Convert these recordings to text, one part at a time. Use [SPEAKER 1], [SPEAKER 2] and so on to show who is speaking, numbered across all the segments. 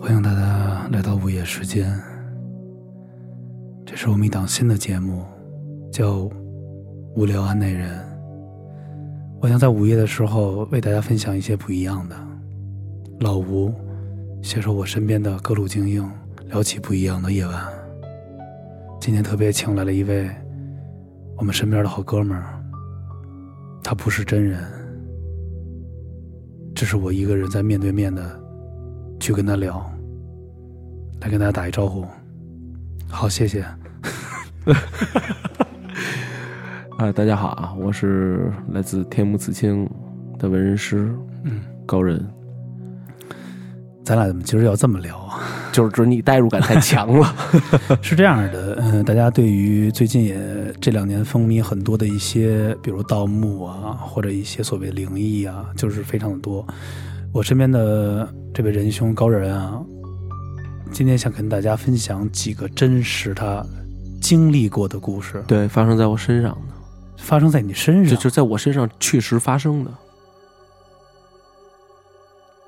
[SPEAKER 1] 欢迎大家来到午夜时间。这是我们一档新的节目，叫《无聊案内人》。我想在午夜的时候为大家分享一些不一样的。老吴携手我身边的各路精英，聊起不一样的夜晚。今天特别请来了一位我们身边的好哥们儿，他不是真人，这是我一个人在面对面的去跟他聊，来跟大家打一招呼。好，谢谢。
[SPEAKER 2] 啊，大家好啊，我是来自天幕刺青的文人师
[SPEAKER 1] 嗯，
[SPEAKER 2] 高人，
[SPEAKER 1] 咱俩怎么今儿要这么聊啊？
[SPEAKER 2] 就是就是你代入感太强了，
[SPEAKER 1] 是这样的，嗯、大家对于最近也这两年风靡很多的一些，比如盗墓啊，或者一些所谓灵异啊，就是非常的多。我身边的这位仁兄高人啊，今天想跟大家分享几个真实他经历过的故事，
[SPEAKER 2] 对，发生在我身上的，
[SPEAKER 1] 发生在你身
[SPEAKER 2] 就
[SPEAKER 1] 上。
[SPEAKER 2] 就在我身上确实发生的。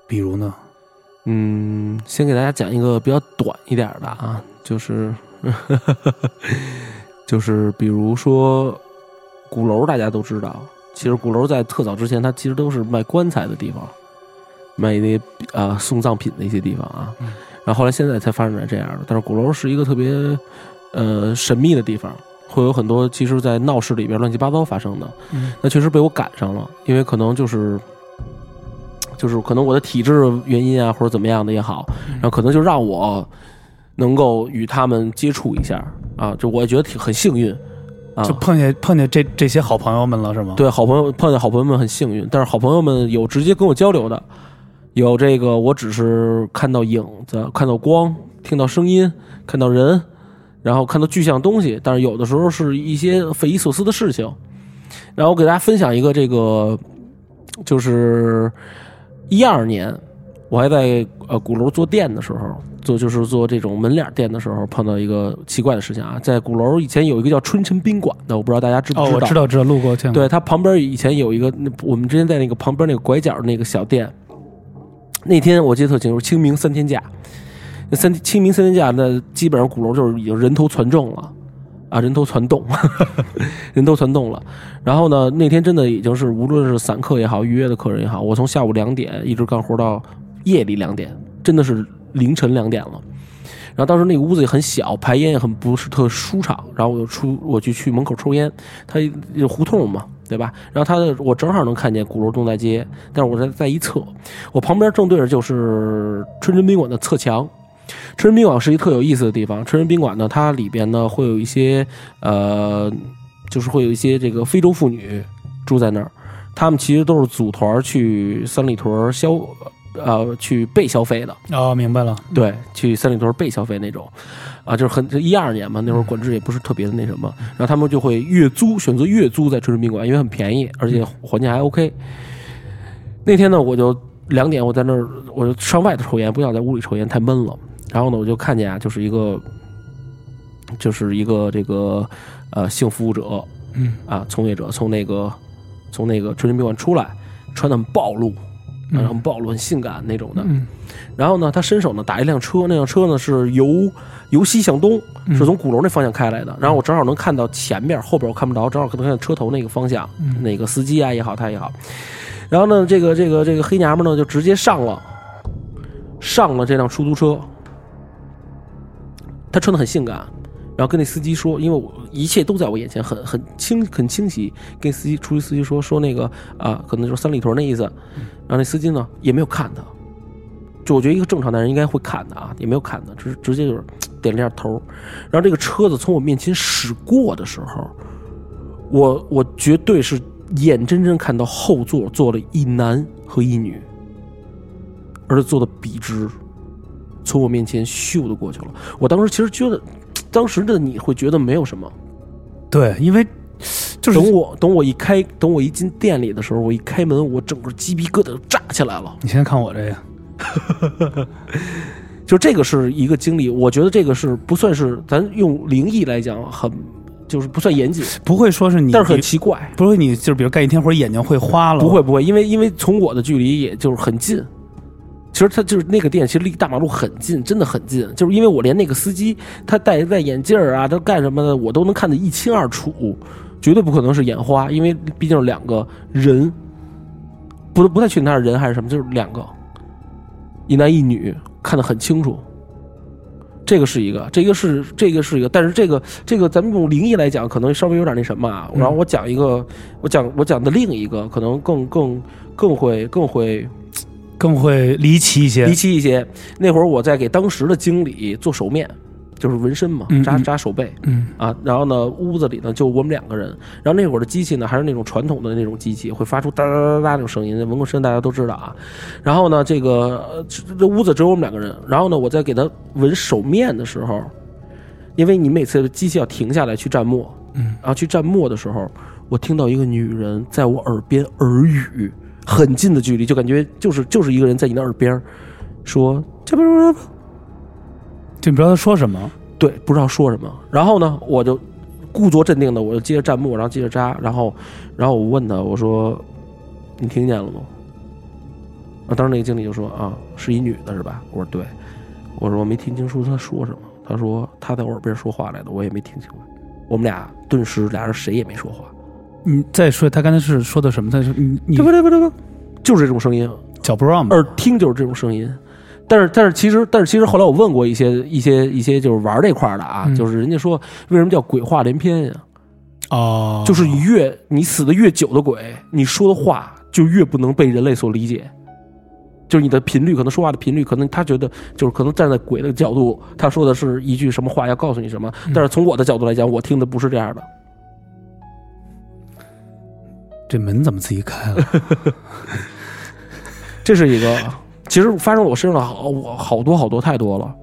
[SPEAKER 1] 比如呢，
[SPEAKER 2] 嗯，先给大家讲一个比较短一点的啊，就是 就是比如说鼓楼，大家都知道，其实鼓楼在特早之前，它其实都是卖棺材的地方，卖那些呃送葬品的一些地方啊。
[SPEAKER 1] 嗯
[SPEAKER 2] 然后后来现在才发展成这样的，但是鼓楼是一个特别呃神秘的地方，会有很多其实，在闹市里边乱七八糟发生的。
[SPEAKER 1] 嗯
[SPEAKER 2] 那确实被我赶上了，因为可能就是就是可能我的体质原因啊，或者怎么样的也好，
[SPEAKER 1] 嗯
[SPEAKER 2] 然后可能就让我能够与他们接触一下啊，就我觉得挺很幸运啊
[SPEAKER 1] 就。碰见碰见这这些好朋友们了，是吗？，
[SPEAKER 2] 对，好朋友碰见好朋友们很幸运，但是好朋友们有直接跟我交流的，有这个我只是看到影子，看到光，听到声音，看到人，然后看到具象东西，但是有的时候是一些匪夷所思的事情。然后我给大家分享一个这个，就是一二年，我还在呃鼓楼做店的时候，做就是做这种门脸店的时候，碰到一个奇怪的事情啊，在鼓楼以前有一个叫春晨宾馆的，我不知道大家知不
[SPEAKER 1] 哦，
[SPEAKER 2] 知道？
[SPEAKER 1] 我知道，知道，路过见过。
[SPEAKER 2] 对，它旁边以前有一个，那我们之前在那个旁边那个拐角那个小店，那天我记得特清楚，清明三天假，那三清明三天假，那基本上鼓楼就是已经人头攒动了。啊，人头攒动， 人头攒动了。然后呢，那天真的已经是无论是散客也好，预约的客人也好，我从下午两点一直干活到夜里两点，真的是凌晨两点了。然后当时那个屋子也很小，排烟也很不是特舒畅。然后我就出，我就去门口抽烟，它有胡同嘛，对吧？然后它的我正好能看见鼓楼东大街，但是我在在一侧，我旁边正对着就是春春宾馆的侧墙。春春宾馆是一特有意思的地方。春春宾馆呢，它里边呢会有一些呃，就是会有一些这个非洲妇女住在那儿，她们其实都是组团去三里屯消呃去被消费的。
[SPEAKER 1] 哦，明白了。
[SPEAKER 2] 对，去三里屯被消费那种，啊，就是很一二年嘛，那会儿管制也不是特别的那什么，然后他们就会月租，选择月租在春春宾馆，因为很便宜，而
[SPEAKER 1] 嗯
[SPEAKER 2] 且环境还 OK。那天呢，我就两点我在那儿，我就上外头抽烟，不想在屋里抽烟，太闷了。然后呢，我就看见啊，就是一个，就是一个这个呃性服务者，
[SPEAKER 1] 嗯
[SPEAKER 2] 啊，从业者从那个从那个春春宾馆出来，穿的很暴露，啊
[SPEAKER 1] 嗯
[SPEAKER 2] 很暴露、很性感那种的。
[SPEAKER 1] 嗯
[SPEAKER 2] 然后呢，他伸手呢打一辆车，那辆车呢是由由西向东，是从鼓楼那方向开来的。然后我正好能看到前面，后边我看不着，正好可能看到车头那个方向，
[SPEAKER 1] 嗯
[SPEAKER 2] 那个司机啊也好，他也好。然后呢，这个这个这个黑娘们呢就直接上了上了这辆出租车，她穿的很性感，然后跟那司机说，因为我一切都在我眼前，很很清很清晰，跟司机出租车司机说说那个啊、可能就是三里屯那意思。然后那司机呢也没有看她，就我觉得一个正常男人应该会看的啊，也没有看她，直直接就是点了一下头。然后这个车子从我面前驶过的时候，我我绝对是眼睁睁看到后座坐了一男和一女，而且坐的笔直，从我面前咻的过去了。我当时其实觉得，当时的你会觉得没有什么。
[SPEAKER 1] 对，因为就是
[SPEAKER 2] 等我等我一开，等我一进店里的时候，我一开门，我整个鸡皮疙瘩都炸起来了。
[SPEAKER 1] 你先看我这个。
[SPEAKER 2] 就这个是一个经历，我觉得这个是不算是咱用灵异来讲很，就是不算严谨，
[SPEAKER 1] 不会说是你，
[SPEAKER 2] 但是很奇怪。
[SPEAKER 1] 不会你就是比如干一天活眼睛会花了，
[SPEAKER 2] 不会不会，因为因为从我的距离也就是很近，其实他就是那个店，其实离大马路很近，真的很近。就是因为我连那个司机他戴戴眼镜儿啊，他干什么的，我都能看得一清二楚，绝对不可能是眼花，因为毕竟是两个人，不不太确定他是人还是什么，就是两个，一男一女，看得很清楚。这个是一个，这个是这个是一个，但是这个这个咱们用灵异来讲，可能稍微有点那什么啊。
[SPEAKER 1] 嗯
[SPEAKER 2] 然后我讲一个，我讲我讲的另一个，可能更更更会更会
[SPEAKER 1] 更会离奇一些
[SPEAKER 2] 离。奇一些。那会儿我在给当时的经理做手面，就是纹身嘛
[SPEAKER 1] 嗯，
[SPEAKER 2] 扎
[SPEAKER 1] 嗯
[SPEAKER 2] 扎手背
[SPEAKER 1] 嗯
[SPEAKER 2] 啊。然后呢，屋子里呢就我们两个人。然后那会儿的机器呢还是那种传统的那种机器，会发出哒哒哒哒哒那种声音。纹过身大家都知道啊。然后呢，这个呃这这屋子只有我们两个人。然后呢，我在给他纹手面的时候，因为你每次机器要停下来去蘸墨，
[SPEAKER 1] 嗯，
[SPEAKER 2] 然后去蘸墨的时候，我听到一个女人在我耳边耳语，很近的距离，就感觉就是就是一个人在你的耳边儿说这不不不，
[SPEAKER 1] 就你不知道他说什么。
[SPEAKER 2] 对，不知道说什么。然后呢，我就故作镇定的，我就接着蘸墨，然后接着扎，然后然后我问他，我说你听见了吗？啊，当时那个经理就说啊，是一女的是吧？我说对，我说我没听清楚她说什么。他说她在我耳边说话来的，我也没听清楚。我们俩顿时俩人谁也没说话。
[SPEAKER 1] 你再说他刚才是说的什么？他说你你
[SPEAKER 2] 对不对不对不，就是这种声音，
[SPEAKER 1] 脚不让吗？
[SPEAKER 2] 耳听就是这种声音。但是但是其实但是其实后来我问过一些一些一些就是玩这块儿的啊，
[SPEAKER 1] 嗯
[SPEAKER 2] 就是人家说为什么叫鬼话连篇呀、
[SPEAKER 1] 哦，
[SPEAKER 2] 就是你越你死的越久的鬼，你说的话就越不能被人类所理解。就是你的频率，可能说话的频率，可能他觉得就是可能站在鬼的角度，他说的是一句什么话要告诉你什么，但是从我的角度来讲，我听的不是这样的。
[SPEAKER 1] 这门怎么自己开啊了？
[SPEAKER 2] 这是一个，其实发生我身上的好我好多好多太多了。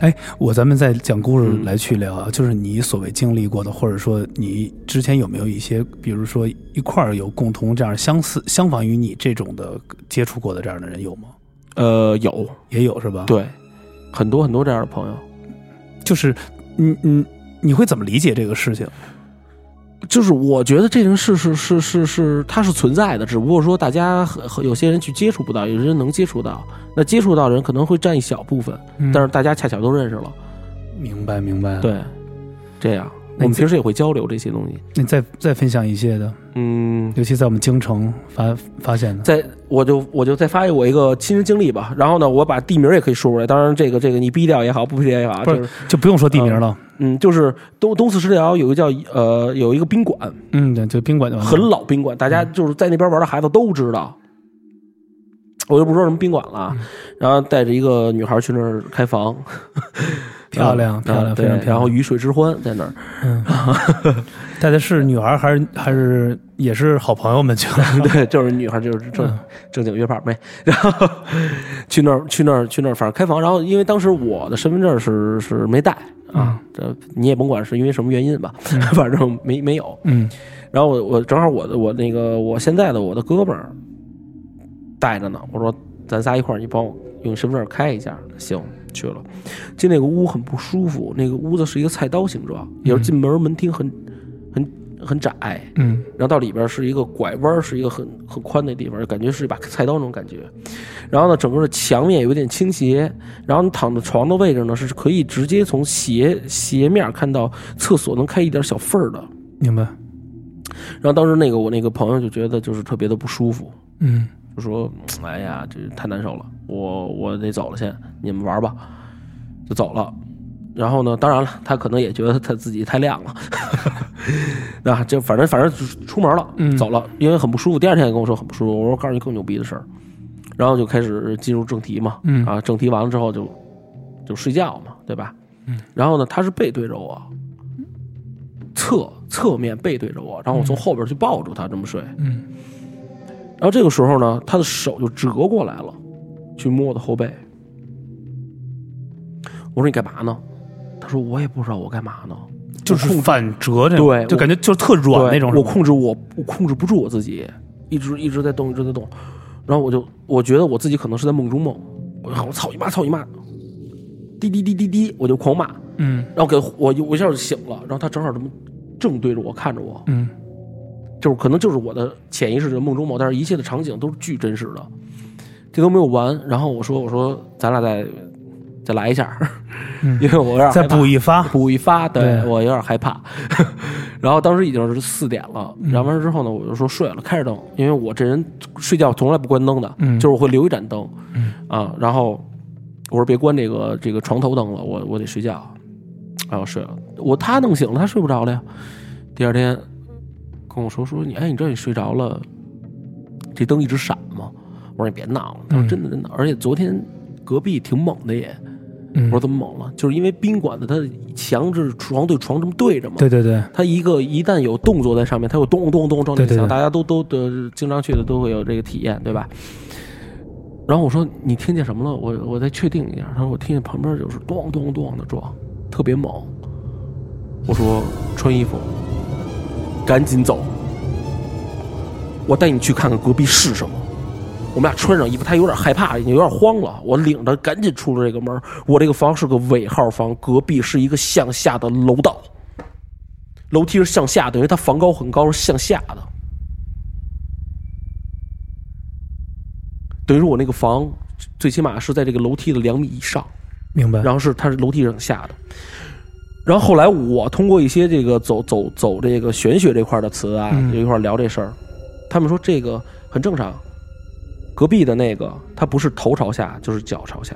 [SPEAKER 1] 我咱们再讲故事
[SPEAKER 2] 嗯
[SPEAKER 1] 来去聊啊，就是你所谓经历过的，或者说你之前有没有一些，比如说一块儿有共同这样相似、相仿于你这种的接触过的这样的人有吗？
[SPEAKER 2] 呃，有，
[SPEAKER 1] 也有是吧？，
[SPEAKER 2] 对，很多很多这样的朋友，
[SPEAKER 1] 就是你你你会怎么理解这个事情？
[SPEAKER 2] 就是我觉得这件事是是是是，它是存在的，只不过说大家和和有些人去接触不到，有些人能接触到，那接触到的人可能会占一小部分，
[SPEAKER 1] 嗯
[SPEAKER 2] 但是大家恰巧都认识了，
[SPEAKER 1] 明白明白。，
[SPEAKER 2] 对，这样我
[SPEAKER 1] 嗯那你
[SPEAKER 2] 们
[SPEAKER 1] 自
[SPEAKER 2] 平时也会交流这些东西，
[SPEAKER 1] 你再再分享一些的，
[SPEAKER 2] 嗯。
[SPEAKER 1] 尤其在我们京城发发现的。
[SPEAKER 2] 在我就我就再发我一个亲身经历吧，然后呢，我把地名也可以说出来。当然，这个这个你逼掉也好，不逼掉也好，
[SPEAKER 1] 不
[SPEAKER 2] 就是是
[SPEAKER 1] 就不用说地名了，
[SPEAKER 2] 嗯，就是东东四十条有一个叫呃有一个宾馆，
[SPEAKER 1] 嗯，对，就宾馆就完了
[SPEAKER 2] 很老宾馆，大家
[SPEAKER 1] 嗯
[SPEAKER 2] 就是在那边玩的孩子都知道。我就不说什么宾馆了啊，
[SPEAKER 1] 嗯
[SPEAKER 2] 然后带着一个女孩去那儿开房，
[SPEAKER 1] 漂亮
[SPEAKER 2] 啊
[SPEAKER 1] 漂亮
[SPEAKER 2] 对
[SPEAKER 1] 非常漂亮
[SPEAKER 2] 然后鱼水之欢在那 儿，
[SPEAKER 1] 嗯，带的是女孩还是还是也是好朋友们去 了？
[SPEAKER 2] 对，就是女孩就是正、
[SPEAKER 1] 嗯
[SPEAKER 2] 正经约炮妹， 然后去那儿去那儿去那儿，反正开房。然后因为当时我的身份证是是没带啊，这你也甭管是因为什么原因吧， 反正没没有。
[SPEAKER 1] 嗯
[SPEAKER 2] 然后我我正好我的我那个我现在的我的哥们儿带着呢，我说咱仨一块儿，你帮我用身份证开一下，行，去了。进那个屋很不舒服，那个屋子是一个菜刀形状，也是进门门厅很很很窄，
[SPEAKER 1] 嗯。
[SPEAKER 2] 然后到里边是一个拐弯，是一个很很宽的地方，感觉是一把菜刀那种感觉。然后呢，整个的墙面有点倾斜，然后你躺在床的位置呢，是可以直接从斜斜面看到厕所能开一点小缝儿的。
[SPEAKER 1] 明白，
[SPEAKER 2] 然后当时那个我那个朋友就觉得就是特别的不舒服，
[SPEAKER 1] 嗯，
[SPEAKER 2] 就说：“哎呀，这太难受了，我我得走了先，你们玩吧。”就走了。然后呢，当然了，他可能也觉得他自己太亮了， 那就反正反正出门了，
[SPEAKER 1] 嗯
[SPEAKER 2] 走了，因为很不舒服。第二天也跟我说很不舒服，我说告诉你更牛逼的事儿，然后就开始进入正题嘛，
[SPEAKER 1] 嗯
[SPEAKER 2] 啊，正题完了之后就就睡觉嘛，对吧？
[SPEAKER 1] 嗯。
[SPEAKER 2] 然后呢，他是背对着我，侧侧面背对着我，然后我从后边去抱住他这么睡，
[SPEAKER 1] 嗯
[SPEAKER 2] 然后这个时候呢，他的手就折过来了，去摸我的后背。我说你干嘛呢？他说我也不知道我干嘛呢，
[SPEAKER 1] 就是反折这种，
[SPEAKER 2] 对
[SPEAKER 1] 就感觉就是特软
[SPEAKER 2] 对
[SPEAKER 1] 那种。
[SPEAKER 2] 我
[SPEAKER 1] 是吗
[SPEAKER 2] 控制我我控制不住我自己，一直一直在动，一直在动。然后我就我觉得我自己可能是在梦中梦，我就喊我操你妈操你妈，滴滴滴滴滴，我就狂骂，
[SPEAKER 1] 嗯
[SPEAKER 2] 然后给我我一下就醒了，然后他正好这么正对着我看着我，
[SPEAKER 1] 嗯
[SPEAKER 2] 就是可能就是我的潜意识的梦中梦，但是一切的场景都是巨真实的。这都没有完。然后我说我说咱俩再再来一下，
[SPEAKER 1] 嗯
[SPEAKER 2] 因为我有点
[SPEAKER 1] 再
[SPEAKER 2] 害怕
[SPEAKER 1] 补一发，
[SPEAKER 2] 补一发，对
[SPEAKER 1] 对
[SPEAKER 2] 我有点害怕。 然后当时已经是四点了，
[SPEAKER 1] 嗯
[SPEAKER 2] 然后完之后呢，我就说睡了，开着灯，因为我这人睡觉从来不关灯的，
[SPEAKER 1] 嗯
[SPEAKER 2] 就是我会留一盏灯，
[SPEAKER 1] 嗯
[SPEAKER 2] 啊，然后我说别关这个这个床头灯了，我我得睡觉，然后睡了，我他弄醒了，他睡不着了呀。第二天跟我说说你哎，你知道你睡着了，这灯一直闪吗？我说你别闹了，他说
[SPEAKER 1] 嗯
[SPEAKER 2] 真的真的，而且昨天隔壁挺猛的也，
[SPEAKER 1] 嗯
[SPEAKER 2] 我说，怎么猛了？就是因为宾馆的它墙是床对床这么对着嘛。
[SPEAKER 1] 对对对，
[SPEAKER 2] 它一个一旦有动作在上面，它有咚咚咚撞那
[SPEAKER 1] 对对
[SPEAKER 2] 个墙，
[SPEAKER 1] 对
[SPEAKER 2] 大家都都都经常去的都会有这个体验，对吧？然后我说你听见什么了？我我再确定一下。他说我听见旁边就是咚咚咚的撞，特别猛。我说穿衣服，赶紧走。我带你去看看隔壁是什么。我们俩穿上衣服，他有点害怕，有点慌了。我领着赶紧出了这个门儿。我这个房是个尾号房，隔壁是一个向下的楼道，楼梯是向下的，等于它房高很高，是向下的。等于说我那个房最起码是在这个楼梯的两米以上。
[SPEAKER 1] 明白。
[SPEAKER 2] 然后是它是楼梯上下的。然后后来我通过一些这个走走走这个玄学这块的词啊，
[SPEAKER 1] 嗯
[SPEAKER 2] 就一块儿聊这事儿，他们说这个很正常。隔壁的那个，他不是头朝下就是脚朝下，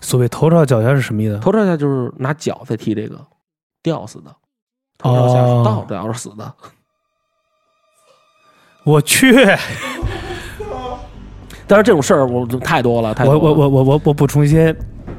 [SPEAKER 1] 所谓头朝脚下是什么意思？
[SPEAKER 2] 头朝下就是拿脚在踢这个，吊死的；头朝下
[SPEAKER 1] 哦
[SPEAKER 2] 是倒着死的。
[SPEAKER 1] 我去，
[SPEAKER 2] 但是这种事儿我太多了，太多
[SPEAKER 1] 我
[SPEAKER 2] 了
[SPEAKER 1] 我我我我我补充一些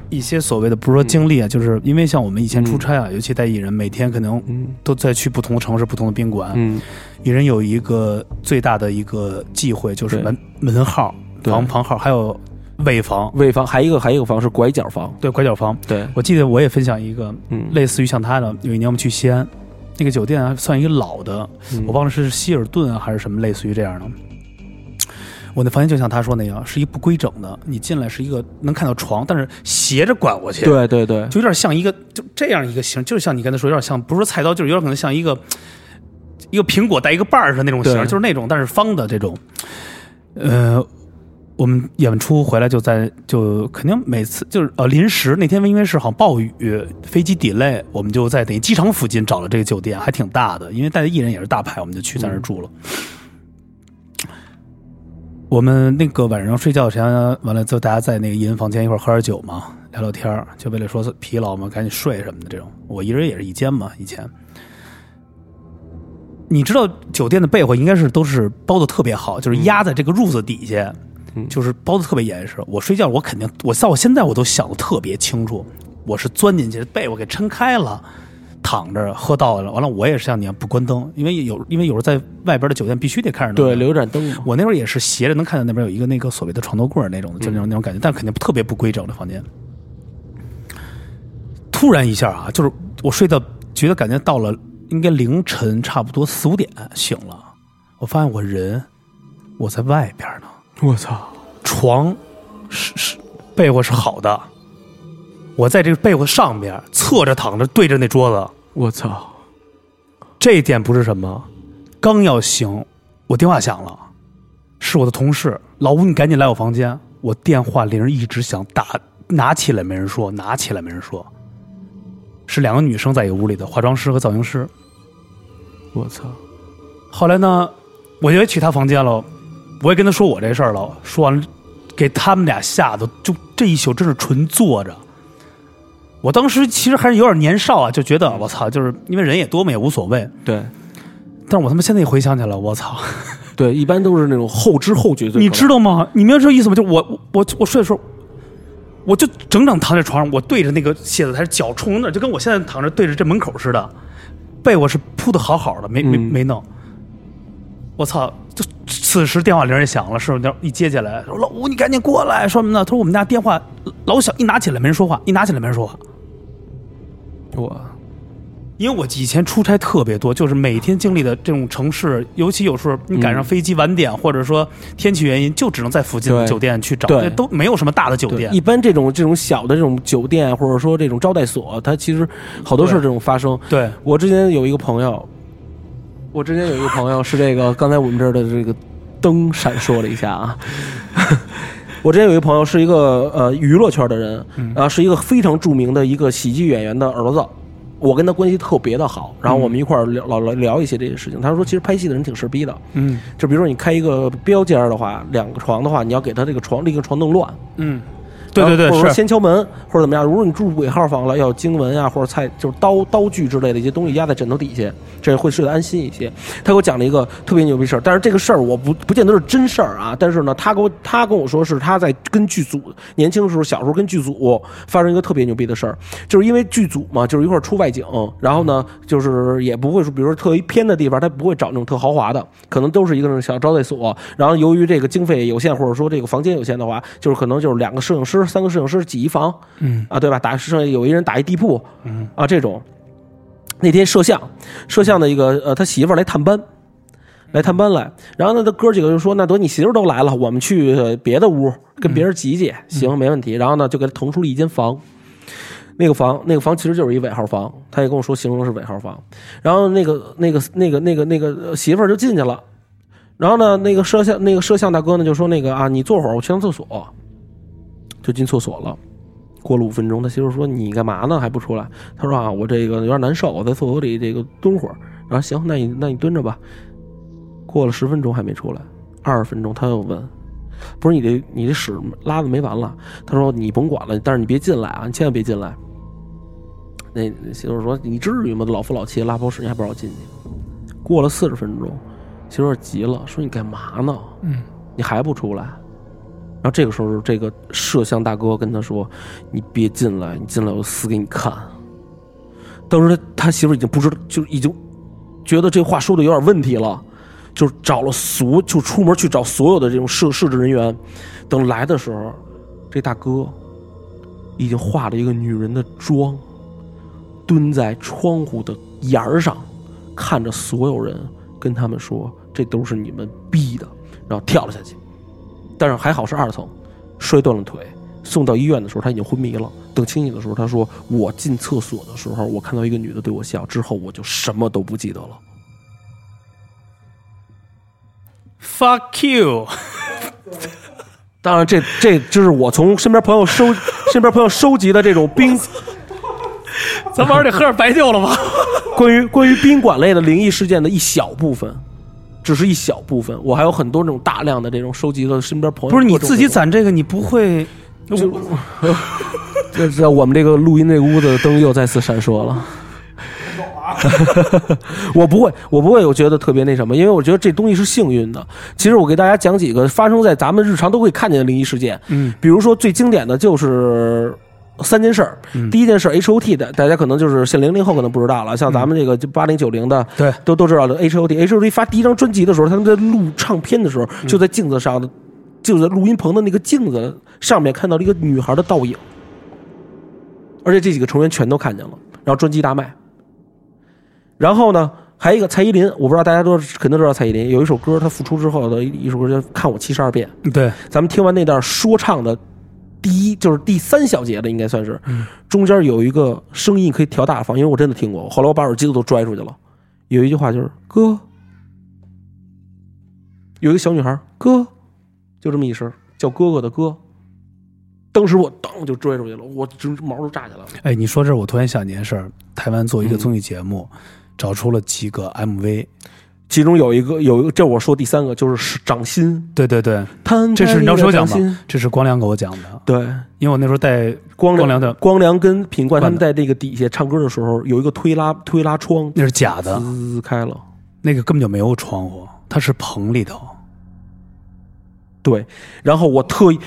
[SPEAKER 1] 一些所谓的，不是说经历啊，就是因为像我们以前出差啊，尤其带艺人，每天可能
[SPEAKER 2] 嗯
[SPEAKER 1] 都在去不同城市、不同的宾馆。
[SPEAKER 2] 嗯
[SPEAKER 1] 艺人有一个最大的一个忌讳就是
[SPEAKER 2] 对
[SPEAKER 1] 门门号、
[SPEAKER 2] 对
[SPEAKER 1] 房房号，还有尾房，
[SPEAKER 2] 尾房还一个还一个房是拐角房，
[SPEAKER 1] 对拐角房。
[SPEAKER 2] 对，
[SPEAKER 1] 我记得我也分享一个
[SPEAKER 2] 嗯，
[SPEAKER 1] 类似于像他的，有一年我们去西安，那个酒店还算一个老的，
[SPEAKER 2] 嗯
[SPEAKER 1] 我忘了是希尔顿啊还是什么，类似于这样的。我那房间就像他说那样，是一不规整的。你进来是一个能看到床，但是斜着拐过去，，
[SPEAKER 2] 对对对，
[SPEAKER 1] 就有点像一个就这样一个形，就是像你刚才说，有点像不是说菜刀，就是有点可能像一个一个苹果带一个把儿似的那种形，
[SPEAKER 2] 对
[SPEAKER 1] 就是那种，但是方的这种。呃，我们演出回来就在就肯定每次就是呃临时那天因为是好像暴雨，飞机 delay，我们就在等于机场附近找了这个酒店，还挺大的，因为带的艺人也是大牌，我们就去在那儿住了。我们那个晚上睡觉前完了之后，大家在那个艺人房间一块儿喝点酒嘛，聊聊天儿就为了说疲劳嘛，赶紧睡什么的这种。我一人也是一间嘛，以前。你知道酒店的被窝应该是都是包的特别好，就是压在这个褥子底下，
[SPEAKER 2] 嗯
[SPEAKER 1] 就是包的特别严实。我睡觉我肯定，我到我现在我都想的特别清楚，我是钻进去被我给撑开了。躺着喝到了，完了我也是像你一样不关灯，因为有因为有时候在外边的酒店必须得开着灯的。
[SPEAKER 2] 对留一盏灯嘛，
[SPEAKER 1] 我那会儿也是斜着能看到那边有一个那个所谓的床头柜儿那种的，就
[SPEAKER 2] 嗯
[SPEAKER 1] 那种那种感觉，但肯定特别不规整的房间。突然一下啊，就是我睡到觉得感觉到了应该凌晨差不多四五点醒了，我发现我人我在外边呢，
[SPEAKER 2] 我操，
[SPEAKER 1] 床是是被窝是好的，我在这个被窝上边侧着躺着对着那桌子，
[SPEAKER 2] 我操。
[SPEAKER 1] 这一点不是什么，刚要醒，我电话响了，是我的同事老吴，你赶紧来我房间。我电话铃一直响，打拿起来没人说，拿起来没人说，是两个女生在一个屋里的化妆师和造型师。
[SPEAKER 2] 我操！
[SPEAKER 1] 后来呢，我就也去他房间了，我也跟他说我这事儿了，说完了，给他们俩吓得就这一宿真是纯坐着。我当时其实还是有点年少啊，就觉得我操，就是因为人也多嘛，也无所谓。
[SPEAKER 2] 对
[SPEAKER 1] 但是我他妈现在一回想起来，我操！
[SPEAKER 2] 对，一般都是那种后知后觉最可怕。
[SPEAKER 1] 你知道吗？你明白这意思吗？就我我我我睡的时候，我就整整躺在床上，我对着那个写字台，脚冲那儿，就跟我现在躺着对着这门口似的，被我是铺的好好的，没没
[SPEAKER 2] 嗯
[SPEAKER 1] 没弄。我操！就此时电话铃也响了，是不是？一接起来，说老吴，你赶紧过来，说什么呢？他说我们家电话老响，一拿起来没人说话，一拿起来没人说话。
[SPEAKER 2] 我
[SPEAKER 1] 因为我以前出差特别多，就是每天经历的这种城市，尤其有时候你赶上飞机晚点，或者说天气原因，就只能在附近的
[SPEAKER 2] 对
[SPEAKER 1] 酒店去找，
[SPEAKER 2] 对
[SPEAKER 1] 那都没有什么大的酒
[SPEAKER 2] 对，
[SPEAKER 1] 店
[SPEAKER 2] 一。般这种这种小的这种酒店啊或者说这种招待所，它其实好多事儿
[SPEAKER 1] 对
[SPEAKER 2] 这种发生。
[SPEAKER 1] 对，
[SPEAKER 2] 我之前有一个朋友，我之前有一个朋友是这个刚才我们这儿的这个灯闪烁了一下啊。 我之前有一个朋友是一个呃娱乐圈的人，
[SPEAKER 1] 嗯
[SPEAKER 2] 然后是一个非常著名的一个喜剧演员的儿子，我跟他关系特别的
[SPEAKER 1] 嗯
[SPEAKER 2] 好，然后我们一块儿聊老聊聊一些这些事情。他说，其实拍戏的人挺事儿逼的，
[SPEAKER 1] 嗯
[SPEAKER 2] 就比如说你开一个标间儿的话，两个床的话，你要给他这个床另一个床弄乱，
[SPEAKER 1] 嗯，对对
[SPEAKER 2] 然后或者
[SPEAKER 1] 对，
[SPEAKER 2] 说
[SPEAKER 1] 是
[SPEAKER 2] 先敲门或者怎么样。如果你住尾号房了，要有经文啊，或者菜就是刀刀具之类的一些东西压在枕头底下，这会睡得安心一些。他给我讲了一个特别牛逼事儿，但是这个事儿我不不见得是真事儿啊，但是呢，他给我他跟我说是他在跟剧组年轻的时候，小时候跟剧组发生一个特别牛逼的事儿，就是因为剧组嘛，就是一块儿出外景，然后呢，就是也不会说，比如说特别偏的地方，他不会找那种特豪华的，可能都是一个那种小招待所。然后由于这个经费有限，或者说这个房间有限的话，就是可能就是两个摄影师、三个摄影师挤一房，
[SPEAKER 1] 嗯
[SPEAKER 2] 啊，对吧？打剩下有一人打一地铺，嗯啊这种。那天摄像，摄像的一个呃，他媳妇儿来探班，来探班来。然后呢，他哥几个就说：“那得你媳妇儿都来了，我们去呃别的屋跟别人挤挤，行，没问题。”然后呢，就给他腾出了一间房。那个房，那个房其实就是一尾号房，他也跟我说形容是尾号房。然后那个那个那个那个那个呃媳妇儿就进去了，然后呢，那个摄像那个摄像大哥呢就说那个啊，你坐会儿，我去趟厕所，就进厕所了。过了五分钟，他媳妇儿说你干嘛呢？还不出来？他说啊，我这个有点难受，我在厕所里这个蹲会儿。然后行，那你那你蹲着吧。过了十分钟还没出来，二十分钟他又问，不是你这你这屎拉的没完了？他说你甭管了，但是你别进来啊，你千万别进来。那那媳妇儿说你至于吗？老夫老妻拉泡屎你还不让我进去？过了四十分钟，媳妇儿急了，说你干嘛呢？
[SPEAKER 1] 嗯
[SPEAKER 2] 你还不出来？然后这个时候，这个摄像大哥跟他说：“你别进来，你进来我死给你看。”当时他他媳妇已经不知道，就已经觉得这话说的有点问题了，就找了所就出门去找所有的这种摄摄制人员。等来的时候，这大哥已经化了一个女人的妆，蹲在窗户的沿儿上，看着所有人，跟他们说：“这都是你们逼的。”然后跳了下去。但是还好是二层，摔断了腿。送到医院的时候他已经昏迷了。等清醒的时候，他说：“我进厕所的时候，我看到一个女的对我笑，之后我就什么都不记得了。
[SPEAKER 1] ，fuck you，”
[SPEAKER 2] 当然这，这这是我从身边朋 友收身边朋友收集的这种宾
[SPEAKER 1] 咱晚上得喝点白酒了吧？
[SPEAKER 2] 关于关于宾馆类的灵异事件的一小部分，只是一小部分。我还有很多这种大量的这种收集的身边朋 友
[SPEAKER 1] 不是你
[SPEAKER 2] 各种
[SPEAKER 1] 自己
[SPEAKER 2] 各种
[SPEAKER 1] 攒这个，你不会
[SPEAKER 2] 这在我们这个录音这个屋子的灯又再次闪烁了。 我不会，我不会，我觉得特别那什么，因为我觉得这东西是幸运的。其实我给大家讲几个发生在咱们日常都会看见的灵异事件，
[SPEAKER 1] 嗯，
[SPEAKER 2] 比如说最经典的就是三件事儿。第一件事儿 H O T 的，大家可能就是像零零后可能不知道了，像咱们这个就八零九零的，
[SPEAKER 1] 对
[SPEAKER 2] 都都知道的 H O T。H O T 发第一张专辑的时候，他们在录唱片的时候，就在镜子上的，就在录音棚的那个镜子上面看到了一个女孩的倒影，而且这几个成员全都看见了，然后专辑大卖。然后呢，还有一个蔡依林，我不知道大家都肯定知道蔡依林有一首歌，她复出之后的一首歌叫《看我七十二变》。
[SPEAKER 1] 对，
[SPEAKER 2] 咱们听完那段说唱的第一，就是第三小节的，应该算是，中间有一个声音可以调大放，因为我真的听过，后来我把耳机子都拽出去了。有一句话就是“哥”，有一个小女孩“哥”，就这么一声叫哥哥的“哥”，当时我当就追出去了，我直毛都炸起来了。
[SPEAKER 1] 哎，你说这，我突然想起件事儿，台湾做一个综艺节目，找出了几个 MV，
[SPEAKER 2] 其中有一个有一个，这我说第三个就是掌心，
[SPEAKER 1] 对对对，
[SPEAKER 2] 摊
[SPEAKER 1] 这
[SPEAKER 2] 开
[SPEAKER 1] 是你知道
[SPEAKER 2] 一
[SPEAKER 1] 谁
[SPEAKER 2] 个
[SPEAKER 1] 我讲
[SPEAKER 2] 掌心
[SPEAKER 1] 吗？这是光良给我讲的，
[SPEAKER 2] 对，
[SPEAKER 1] 因为我那时候带
[SPEAKER 2] 光
[SPEAKER 1] 光良的
[SPEAKER 2] 光良跟品冠他们
[SPEAKER 1] 冠
[SPEAKER 2] 在这个底下唱歌的时候，有一个推拉推拉窗
[SPEAKER 1] 那是假的，
[SPEAKER 2] 滋开了。
[SPEAKER 1] 那个根本就没有窗户，它是棚里头。
[SPEAKER 2] 对，然后我特意，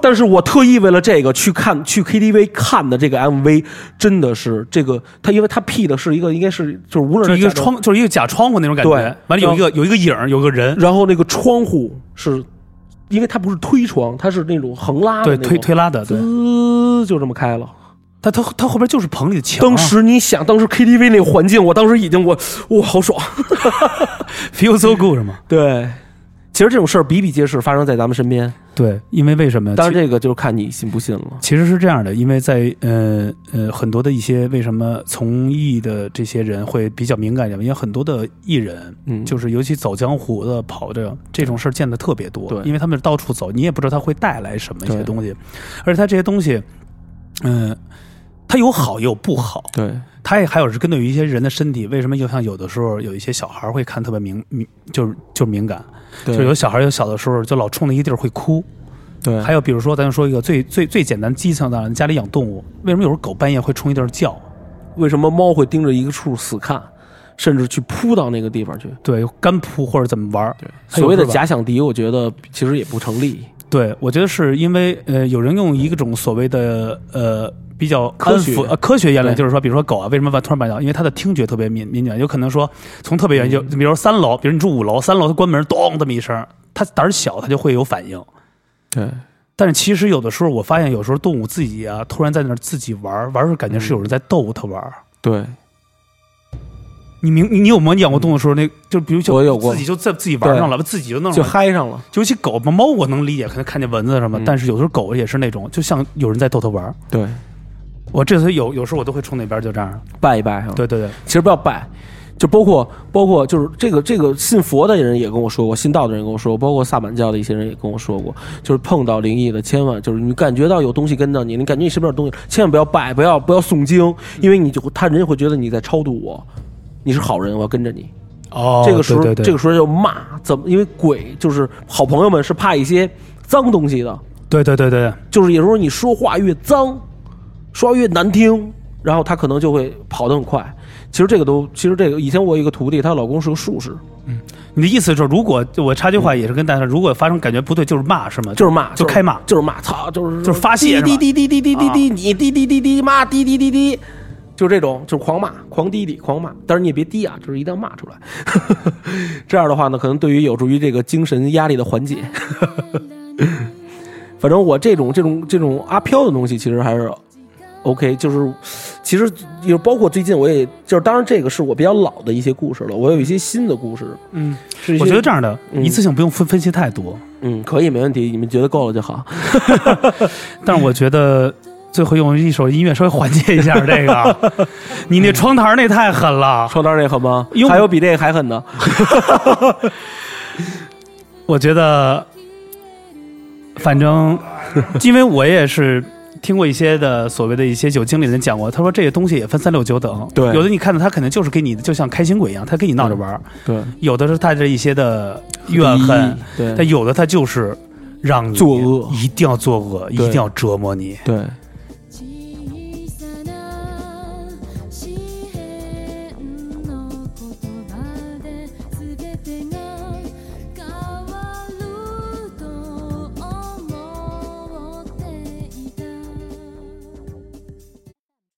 [SPEAKER 2] 但是我特意为了这个去看去 KTV 看的这个 MV，真的是这个他，因为他 P 的是一个应该是就是无论
[SPEAKER 1] 就是是一个
[SPEAKER 2] 假装，
[SPEAKER 1] 窗，就是一个假窗户那种感觉。
[SPEAKER 2] 对
[SPEAKER 1] 完了有一个有一个影儿，有个人，
[SPEAKER 2] 然后那个窗户是，因为它不是推窗，它是那种横拉的
[SPEAKER 1] 对，
[SPEAKER 2] 那种嗯
[SPEAKER 1] 推推拉的，对。
[SPEAKER 2] 滋就这么开了。
[SPEAKER 1] 但他他后边就是棚里的墙啊，
[SPEAKER 2] 当时你想，当时 KTV 那个环境，我当时已经我哇好爽。
[SPEAKER 1] feel so good 嘛。
[SPEAKER 2] 对，其实这种事儿比比皆是，发生在咱们身边。
[SPEAKER 1] 对，因为为什么呢？
[SPEAKER 2] 当然，这个就是看你信不信了。
[SPEAKER 1] 其实是这样的，因为在呃呃很多的一些为什么从艺的这些人会比较敏感一点，因为很多的艺人
[SPEAKER 2] 嗯，
[SPEAKER 1] 就是尤其走江湖的、跑这这种事儿见的特别多，
[SPEAKER 2] 对
[SPEAKER 1] 因为他们到处走，你也不知道他会带来什么一些
[SPEAKER 2] 对
[SPEAKER 1] 东西，而且他这些东西，嗯、它有好也有不好，
[SPEAKER 2] 对
[SPEAKER 1] 它也还有是针对于一些人的身体，为什么就像有的时候有一些小孩儿会看特别敏敏，就是就是敏感，
[SPEAKER 2] 对，
[SPEAKER 1] 就有小孩儿有小的时候就老冲着一地儿会哭，
[SPEAKER 2] 对，
[SPEAKER 1] 还有比如说，咱就说一个最最最简单基层的，你家里养动物，为什么有时候狗半夜会冲一地儿叫？
[SPEAKER 2] 为什么猫会盯着一个处死看，甚至去扑到那个地方去？
[SPEAKER 1] 对，干扑或者怎么玩儿？还有
[SPEAKER 2] 所谓的
[SPEAKER 1] 是吧
[SPEAKER 2] 假想敌，我觉得其实也不成立。
[SPEAKER 1] 对，我觉得是因为呃，有人用一种所谓的呃比较
[SPEAKER 2] 科
[SPEAKER 1] 安
[SPEAKER 2] 学
[SPEAKER 1] 抚呃科学言论，
[SPEAKER 2] 对
[SPEAKER 1] 就是说，比如说狗啊，为什么突然半叫？因为它的听觉特别敏敏感，有可能说从特别远就，比如说三楼，比如你住五楼，三楼它关门咚这么一声，它胆儿小，它就会有反应。
[SPEAKER 2] 对，
[SPEAKER 1] 但是其实有的时候，我发现有时候动物自己啊，突然在那儿自己玩儿，玩儿时候感觉是有人在逗它玩儿。
[SPEAKER 2] 对，
[SPEAKER 1] 你明你你有没有养过动物的时候，那就比如就
[SPEAKER 2] 我有过
[SPEAKER 1] 自己就在自己玩上了，自己就弄
[SPEAKER 2] 就
[SPEAKER 1] 上了。
[SPEAKER 2] 嗨上了。
[SPEAKER 1] 尤其狗嘛，猫我能理解，可能看见蚊子什么，
[SPEAKER 2] 嗯
[SPEAKER 1] 但是有时候狗也是那种，就像有人在逗它玩儿。
[SPEAKER 2] 对，
[SPEAKER 1] 我这次有有时候我都会冲那边，就这样。
[SPEAKER 2] 拜一拜哈。
[SPEAKER 1] 对对对，
[SPEAKER 2] 其实不要拜，就包括包括就是这个这个信佛的人也跟我说过，信道的人跟我说过，包括萨满教的一些人也跟我说过，就是碰到灵异的，千万就是你感觉到有东西跟着你，你感觉你身边有东西，千万不要拜，不要不要诵经，因为你就他人家会觉得你在超度我，你是好人，我要跟着你。
[SPEAKER 1] 哦
[SPEAKER 2] 这个时候，
[SPEAKER 1] 对对对
[SPEAKER 2] 这个时候就骂，怎么？因为鬼就是好朋友们是怕一些脏东西的，
[SPEAKER 1] 对对对对对
[SPEAKER 2] 就是有时候你说话越脏，说话越难听，然后他可能就会跑得很快。其实这个都，其实这个以前我有一个徒弟，她老公是个术士，
[SPEAKER 1] 你的意思就是，如果我插句话也是跟大家，如果发生感觉不对，就是骂是吗？
[SPEAKER 2] 嗯就是骂，
[SPEAKER 1] 就开骂
[SPEAKER 2] 就是骂，操，就是
[SPEAKER 1] 就是发泄是
[SPEAKER 2] 滴
[SPEAKER 1] 吧啊
[SPEAKER 2] 滴滴滴滴滴滴，你滴滴滴滴骂，滴滴滴滴，就这种，就是狂骂，狂滴滴，狂骂。但是你也别滴啊，就是一定要骂出来。 这样的话呢，可能对于有助于这个精神压力的缓解。 反正我这种这种这种阿飘的东西，其实还是 OK，就是其实也包括最近我也就是，当然这个是我比较老的一些故事了，我有一些新的故事，
[SPEAKER 1] 嗯，
[SPEAKER 2] 是一些
[SPEAKER 1] 我觉得这样的，
[SPEAKER 2] 嗯
[SPEAKER 1] 一次性不用分分析太多，
[SPEAKER 2] 嗯可以没问题，你们觉得够了就好。
[SPEAKER 1] 但是我觉得。最后用一首音乐稍微缓解一下这 个，啊你那窗台儿那太狠了，
[SPEAKER 2] 说到这狠吗
[SPEAKER 1] 哟？
[SPEAKER 2] 还有比这个还狠的。
[SPEAKER 1] 我觉得，反正因为我也是听过一些的所谓的一些有经理人讲过，他说这些东西也分三六九等。
[SPEAKER 2] 对
[SPEAKER 1] 有的你看到他可能就是给你，就像开心鬼一样，他跟你闹着玩儿；
[SPEAKER 2] 对，
[SPEAKER 1] 有的是带着一些的怨恨，
[SPEAKER 2] 对，
[SPEAKER 1] 但有的他就是让你
[SPEAKER 2] 作恶
[SPEAKER 1] 一定要作恶，一
[SPEAKER 2] 对
[SPEAKER 1] 定要折磨你。
[SPEAKER 2] 对